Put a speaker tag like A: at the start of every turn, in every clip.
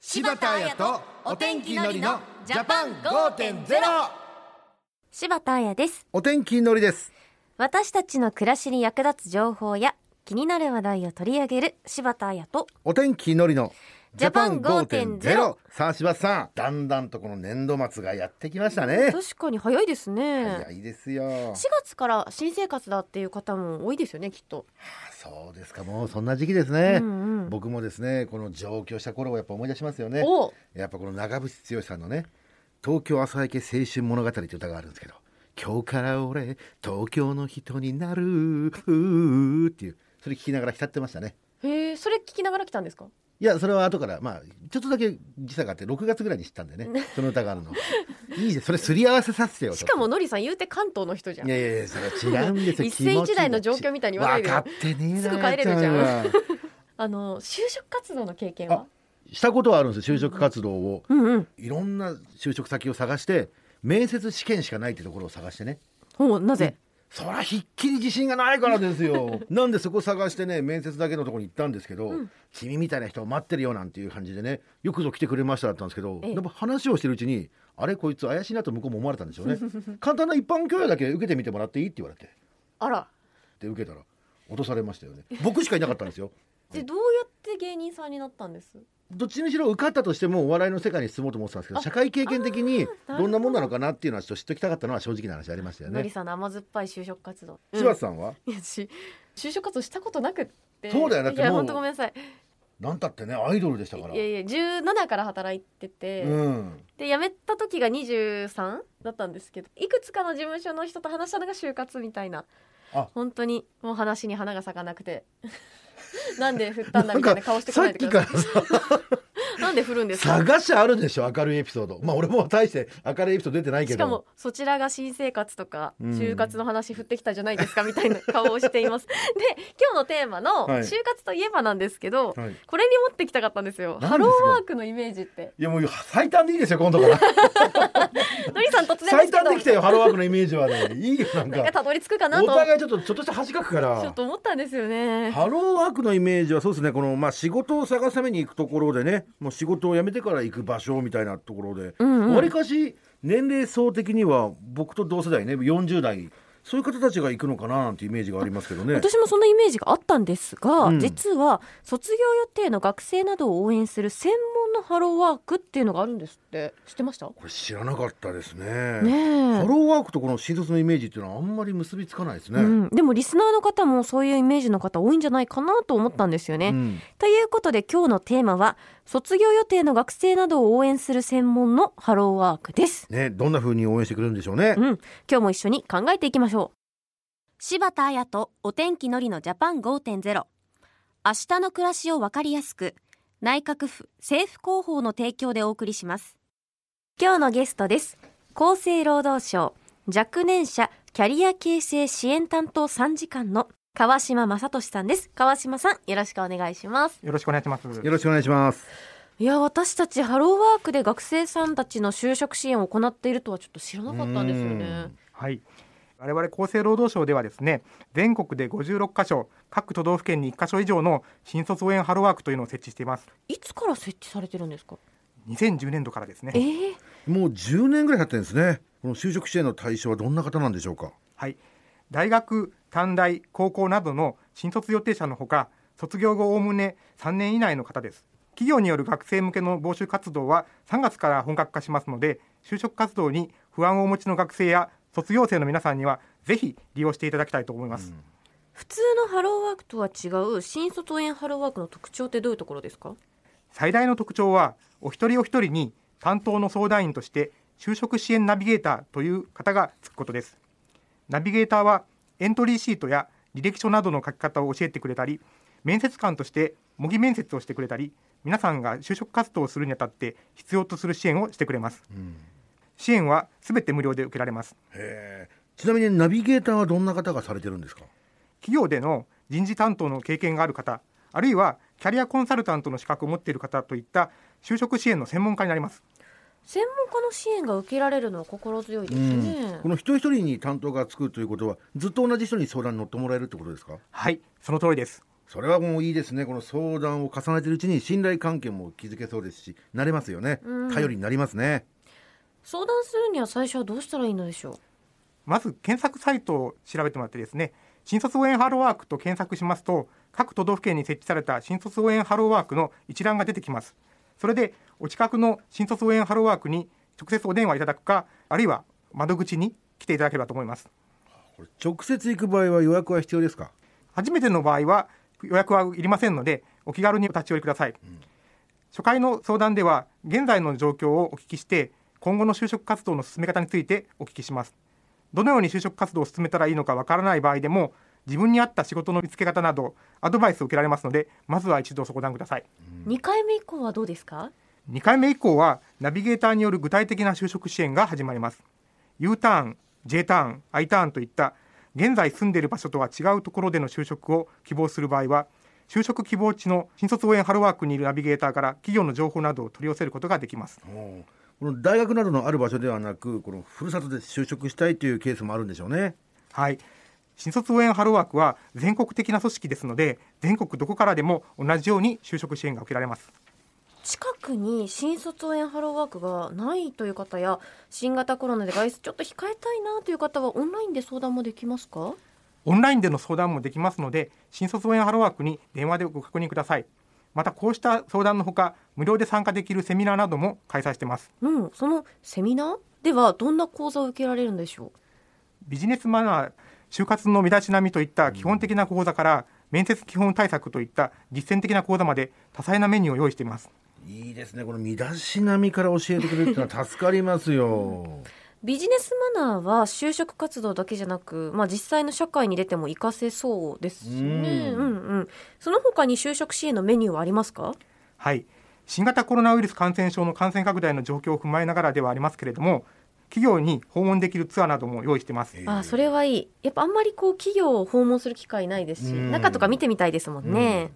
A: 柴田彩とお天気のりのジャパン5.0
B: 柴田彩です。
A: お天気のりです
B: 私たちの暮らしに役立つ情報や気になる話題を取り上げる柴田彩と
A: お天気のりの
B: ジャパン5.0
A: さあ柴田さんだんだんとこの年度末がやってきましたね
B: 確かに早いですね。
A: 早いですよ
B: 4月から新生活だっていう方も多いですよねきっと。
A: そうですかもうそんな時期ですね、
B: うんうん
A: 僕もですねこの上京した頃をやっぱ思い出しますよね
B: お
A: やっぱこの長渕剛さんのね「東京朝焼け青春物語」っていう歌があるんですけど「今日から俺東京の人になる」うーっていうそれ聞きながら浸ってましたね
B: へえそれ聞きながら来たんですか。
A: いやそれは後からまあちょっとだけ時差があって6月ぐらいに知ったんでねその歌がある のいいですそれすり合わせさせてよ
B: しかものりさん言うて関東の人じゃん。
A: いやいやいやそれは違うんですよ
B: 一世一代の状況みたいに言われる
A: 分
B: よ
A: かってねえな
B: すぐ帰れるじゃん
A: やっちは
B: あの就職活動の経験は。
A: したことはあるんですよ就職活動を、
B: うんうん。
A: いろんな就職先を探して面接試験しかないってところを探してね
B: ほうなぜ。
A: そらひっきり自信がないからですよ なんでそこ探してね面接だけのところに行ったんですけど、君みたいな人を待ってるよなんていう感じでねよくぞ来てくれましただったんですけど
B: ええ
A: やっぱ話をしてるうちにあれこいつ怪しいなと向こうも思われたんでしょう ね簡単な一般教養だけ受けてみてもらっていいって言われて
B: あら。
A: で受けたら落とされましたよね僕しかいなかったんですよ
B: でどうやって芸人さんになったんです。
A: どっちにしろ受かったとしてもお笑いの世界に進もうと思ってたんですけど
B: あ
A: 社会経験的に
B: ほど
A: どんなもんなのかなっていうのはちょっと知っときたかったのは正直な話ありましたよ
B: のり
A: ね。
B: さんの甘酸っぱい就職活動。うん
A: 柴田さんは、
B: いや私就職活動したことなくって
A: そうだよだって
B: いや
A: もう
B: 本当ごめんなさい
A: なんたってねアイドルでしたから。
B: いやいや17から働いてて、
A: うん、
B: で辞めた時が23だったんですけどいくつかの事務所の人と話したのが就活みたいな
A: あ
B: 本当にもう話に花が咲かなくて なんで振ったん
A: な
B: だ
A: ん
B: みたい
A: か
B: な顔してこ
A: さ
B: な
A: っ
B: いでく
A: き
B: だ
A: から
B: さ
A: さ
B: いなんで振るんですか
A: 探しあるでしょ明るいエピソードまあ俺も大して明るいエピソード出てないけど
B: しかもそちらが新生活とか
A: うん
B: 就活の話振ってきたじゃないですかみたいな顔をしています で今日のテーマの
A: はい
B: 就活といえばなんですけど、
A: はい、
B: これに持ってきたかったんですよ
A: 何ですか
B: ハローワークのイメージって
A: いやもう最短でいいですよ今度から
B: のりさん突然
A: 最短できた
B: よ
A: よハローワークのイメージはねいいよなん
B: なんか
A: か
B: たどり着くかな
A: お
B: と
A: 互いちょっとちょっとした恥かくか
B: ちょ
A: ら
B: っと思ったんですよね
A: ハローワークのイメージはそうですねこの、まあ、仕事を探すために行くところでねもう仕事を辞めてから行く場所みたいなところで
B: うんうん
A: わり、かし年齢層的には僕と同世代ね40代そういう方たちが行くのかななんてイメージがありますけどね。
B: 私もそんなイメージがあったんですが、
A: うん
B: 実は卒業予定の学生などを応援する専門のハローワークっていうのがあるんですって知ってましたね
A: これ知らなかったですね。
B: え、
A: ハローワークとこの新卒のイメージっていうのはあんまり結びつかないですね。
B: うん、でもリスナーの方もそういうイメージの方多いんじゃないかなと思ったんですよね、
A: うん
B: ということで今日のテーマは卒業予定の学生などを応援する専門のハローワークです
A: ね、どんな風に応援してくれるんでしょうね
B: う。ん、今日も一緒に考えていきましょう柴田彩とお天気のりのジャパン5.0明日の暮らしをわかりやすく内閣府政府広報の提供でお送りします今日のゲストです厚生労働省若年者キャリア形成支援担当参事官の川島正俊さんです川島さんよろしくお願いします
C: よろしくお願いします。
A: よろしくお願いします。
B: いや私たちハローワークで学生さんたちの就職支援を行っているとはちょっと知らなかったんですよね
C: はい。我々厚生労働省ではですね、全国で56カ所、各都道府県に1カ所以上の新卒応援ハローワークというのを設置しています。
B: いつから設置されてるんですか
C: 2010年度からですね。
B: ええ
A: もう10年ぐらい経ってるんですね。この就職支援の対象はどんな方なんでしょうか。
C: はい。大学、短大、高校などの新卒予定者のほか、卒業後おおむね3年以内の方です。企業による学生向けの募集活動は3月から本格化しますので、就職活動に不安をお持ちの学生や卒業生の皆さんにはぜひ利用していただきたいと思います。
B: 普通のハローワークとは違う新卒応援ハローワークの特徴ってどういうところですか
C: 最大の特徴はお一人お一人に担当の相談員として就職支援ナビゲーターという方がつくことですナビゲーターはエントリーシートや履歴書などの書き方を教えてくれたり面接官として模擬面接をしてくれたり皆さんが就職活動をするにあたって必要とする支援をしてくれます、支援はすべて無料で受けられます
A: へえ。ちなみにナビゲーターはどんな方がされてるんですか。
C: 企業での人事担当の経験がある方あるいはキャリアコンサルタントの資格を持っている方といった就職支援の専門家になります
B: 専門家の支援が受けられるのは心強いですね、
A: この一人一人に担当がつくということはずっと同じ人に相談に乗ってもらえるってことですか
C: はい、その通りです。
A: それはもういいですねこの相談を重ねてるうちに信頼関係も築けそうですし慣れますよね、
B: うん
A: 頼りになりますね
B: 相談するには最初はどうしたらいいのでしょ、
C: まず検索サイトを調べてもらってですね新卒応援ハローワークと検索しますと各都道府県に設置された新卒応援ハローワークの一覧が出てきますそれでお近くの新卒応援ハローワークに直接お電話いただくかあるいは窓口に来ていただければと思います
A: これ直接行く場合は予約は必要ですか
C: 初めての場合は予約はいりませんのでお気軽にお立ち寄りください、初回の相談では現在の状況をお聞きして今後の就職活動の進め方についてお聞きしますどのように就職活動を進めたらいいのかわからない場合でも自分に合った仕事の見つけ方などアドバイスを受けられますのでまずは一度ご覧くださいう
B: 二回目以降はどうですか
C: 2回目以降はナビゲーターによる具体的な就職支援が始まります U ターン J ターン I ターンといった現在住んでいる場所とは違うところでの就職を希望する場合は就職希望地の新卒応援ハローワークにいるナビゲーターから企業の情報などを取り寄せることができます
A: この大学などのある場所ではなくこのふるさとで就職したいというケースもあるんでしょうね
C: はい新卒応援ハローワークは全国的な組織ですので全国どこからでも同じように就職支援が受けられます
B: 近くに新卒応援ハローワークがないという方や新型コロナで外出ちょっと控えたいなという方はオンラインで相談もできますか
C: オンラインでの相談もできますので、新卒応援ハローワークに電話でご確認ください。また、こうした相談のほか、無料で参加できるセミナーなども開催しています。
B: うん、そのセミナーではどんな講座を受けられるんでしょう
C: ビジネスマナー、就活の身だしなみといった基本的な講座から、面接基本対策といった実践的な講座まで多彩なメニューを用意しています。
A: いいですねこの身だしなみから教えてくれるってのは助かりますよ
B: ビジネスマナーは就職活動だけじゃなく、まあ、実際の社会に出ても活かせそうですね。う
A: うんん
B: うん。その他に就職支援のメニューはありますか
C: はい、新型コロナウイルス感染症の感染拡大の状況を踏まえながらではありますけれども、企業に訪問できるツアーなども用意しています。
B: あそれはいい。やっぱあんまりこう企業を訪問する機会ないです
A: う
B: し、
A: ん
B: 中とか見てみたいですもんね。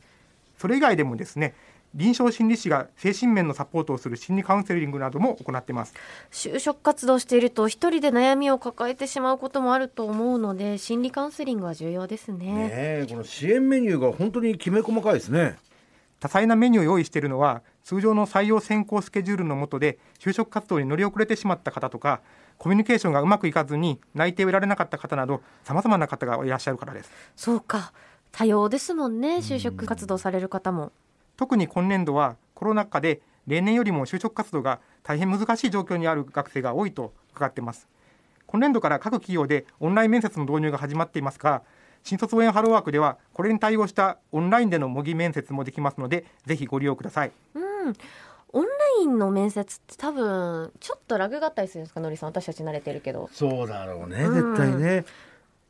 C: それ以外でもですね臨床心理士が精神面のサポートをする心理カウンセリングなども行っています
B: 就職活動していると一人で悩みを抱えてしまうこともあると思うので、心理カウンセリングは重要です
A: ね
B: ね。
A: えこの支援メニューが本当にきめ細かいですね
C: 多彩なメニューを用意しているのは通常の採用選考スケジュールの下で就職活動に乗り遅れてしまった方とかコミュニケーションがうまくいかずに内定を得られなかった方などさまざまな方がいらっしゃるからです
B: そうか。多様ですもんね、就職活動される方も。
C: 特に今年度はコロナ禍で例年よりも就職活動が大変難しい状況にある学生が多いと伺っています今年度から各企業でオンライン面接の導入が始まっていますが新卒応援ハローワークではこれに対応したオンラインでの模擬面接もできますのでぜひご利用ください
B: うん、オンラインの面接って多分ちょっとラグがあったりするんですかのりさん私たち慣れてるけど
A: そうだろうね
B: うん
A: 絶対ね、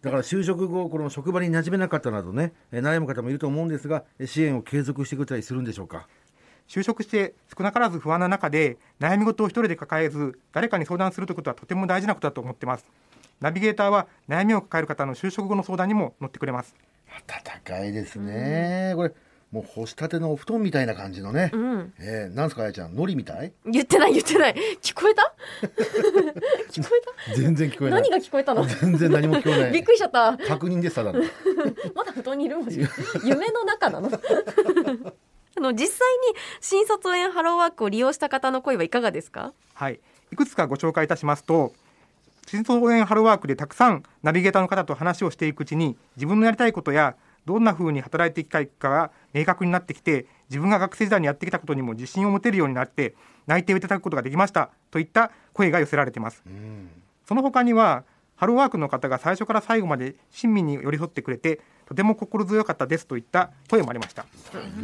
A: だから就職後この職場に馴染めなかったなどねえ悩む方もいると思うんですがえ支援を継続してくれたりするんでしょうか
C: 就職して少なからず不安な中で悩み事を一人で抱えず誰かに相談するということはとても大事なことだと思っていますナビゲーターは悩みを抱える方の就職後の相談にも乗ってくれます
A: 暖かいですね、これもう干したてのお布団みたいな感じのね、
B: うん
A: えーなんすかあやちゃんのりみたい
B: 言ってない言ってない聞こえた聞こ
A: 全然聞こ
B: えた何が聞こえたの
A: 全然何も聞こえな
B: びっ
A: い
B: くりしちゃった
A: 確認でしただの
B: まだ布団にいるもん夢の中なの あの実際に新卒園ハローワークを利用した方の声はいかがですか
C: はい、いくつかご紹介いたしますと新卒応援ハローワークでたくさんナビゲーターの方と話をしていくうちに自分のやりたいことやどんなふうに働いていきたいかが明確になってきて自分が学生時代にやってきたことにも自信を持てるようになって内定をいただくことができましたといった声が寄せられています
A: うん
C: その他にはハローワークの方が最初から最後まで親身に寄り添ってくれてとても心強かったですといった声もありました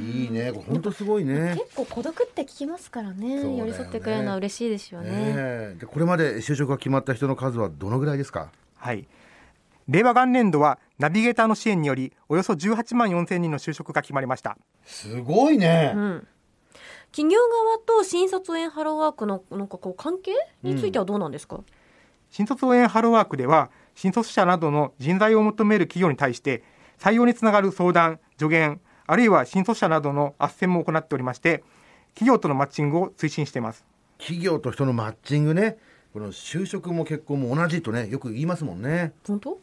A: いいねこれ本当すごいね
B: 結構孤独って聞きますからね
A: そうだよね
B: 寄り添ってくれるのは嬉しいですよね
A: ええでこれまで就職が決まった人の数はどのぐらいですか
C: はい。令和元年度はナビゲーターの支援によりおよそ18万4000人の就職が決まりました。
A: すごいね
B: うん企業側と新卒園ハローワークのなんかこう関係についてはどうなんですか、
C: 新卒応援ハローワークでは新卒者などの人材を求める企業に対して採用につながる相談、助言、あるいは新卒者などの斡旋も行っておりまして、企業とのマッチングを推進しています。
A: 企業と人のマッチングねこの就職も結婚も同じとねよく言いますもんね
B: 本当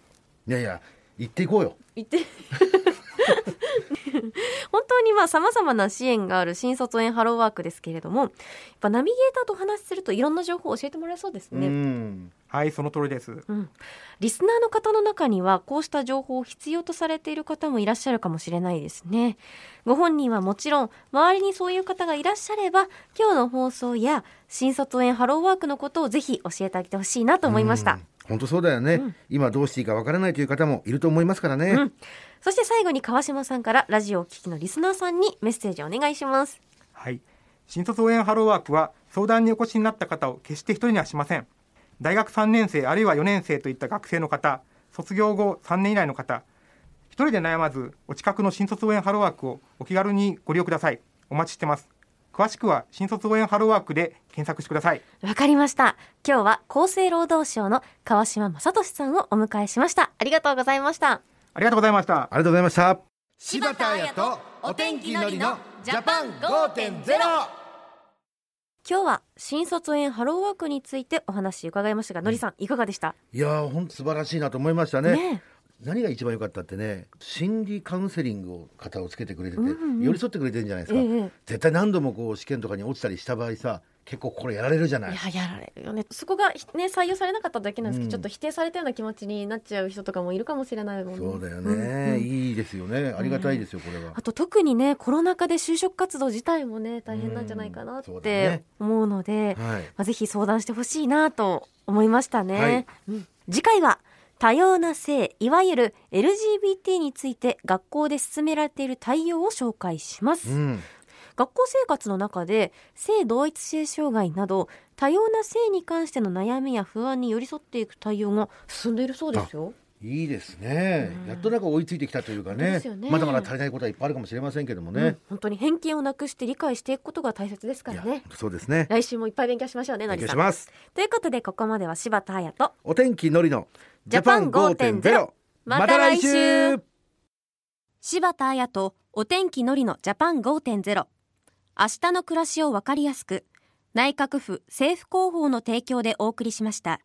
A: いやいや行っていこうよ
B: 言って 本当にまあ様々な支援がある新卒園ハローワークですけれども、やっぱナビゲーターとお話しするといろんな情報を教えてもらえそうです
A: う
B: ね。
A: ん
C: はい、その通りです。
B: うん、リスナーの方の中にはこうした情報を必要とされている方もいらっしゃるかもしれないですねご本人はもちろん周りにそういう方がいらっしゃれば今日の放送や新卒園ハローワークのことをぜひ教えてあげてほしいなと思いました、
A: うん本当そうだよね、今どうしていいかわからないという方もいると思いますからね、
B: うんそして最後に川島さんからラジオをお聞きのリスナーさんにメッセージをお願いします
C: はい、新卒応援ハローワークは相談にお越しになった方を決して一人にはしません大学3年生あるいは4年生といった学生の方卒業後3年以内の方一人で悩まずお近くの新卒応援ハローワークをお気軽にご利用くださいお待ちしてます詳しくは新卒応援ハローワークで検索してください
B: わかりました今日は厚生労働省の川島正俊さんをお迎えしましたありがとうございました
C: ありがとうございました
A: ありがとうございました
B: 柴田彩とお天気のりのジャパン5.0今日は新卒園ハローワークについてお話伺いましたが、のりさんいかがでした
A: いやーほんと素晴らしいなと思いましたね
B: ね
A: 何が一番良かったってね心理カウンセリングを方をつけてくれてて、
B: うんうん
A: 寄り添ってくれてるんじゃないですか、
B: ええ
A: 絶対何度もこう試験とかに落ちたりした場合さ結構心やられるじゃない
B: いややられるよねそこがひね採用されなかっただけなんですけ
A: う
B: ど、
A: ん
B: ちょっと否定されたような気持ちになっちゃう人とかもいるかもしれないもんね
A: そうだよ
B: うん
A: ね、
B: うん
A: いいですよねありがたいですよこれは
B: あ、と特にねコロナ禍で就職活動自体もね大変なんじゃないかなっ
A: うんそうだ
B: て
A: ね
B: 思うので、
A: はい
B: まあ、ぜひ相談してほしいなと思いましたね、
A: はい
B: うん次回は多様な性いわゆる LGBT について学校で進められている対応を紹介します、
A: うん
B: 学校生活の中で性同一性障害など多様な性に関しての悩みや不安に寄り添っていく対応が進んでいるそうですよ
A: いいですね、やっとなんか追いついてきたというか
B: 本当
A: ね
B: ですよね
A: まだまだ足りないことはいっぱいあるかもしれませんけどもね、
B: うん本当に偏見をなくして理解していくことが大切ですか
A: い
B: ら
A: や
B: ね
A: そうですね
B: 来週もいっぱい勉強しましょうねの
A: 勉強
B: りさ
A: し
B: ん
A: ます
B: ということでここまでは柴田彩と
A: お天気のりの
B: ジャパン5.0また来週柴田彩とお天気のりのジャパン5.0明日の暮らしをわかりやすく内閣府政府広報の提供でお送りしました。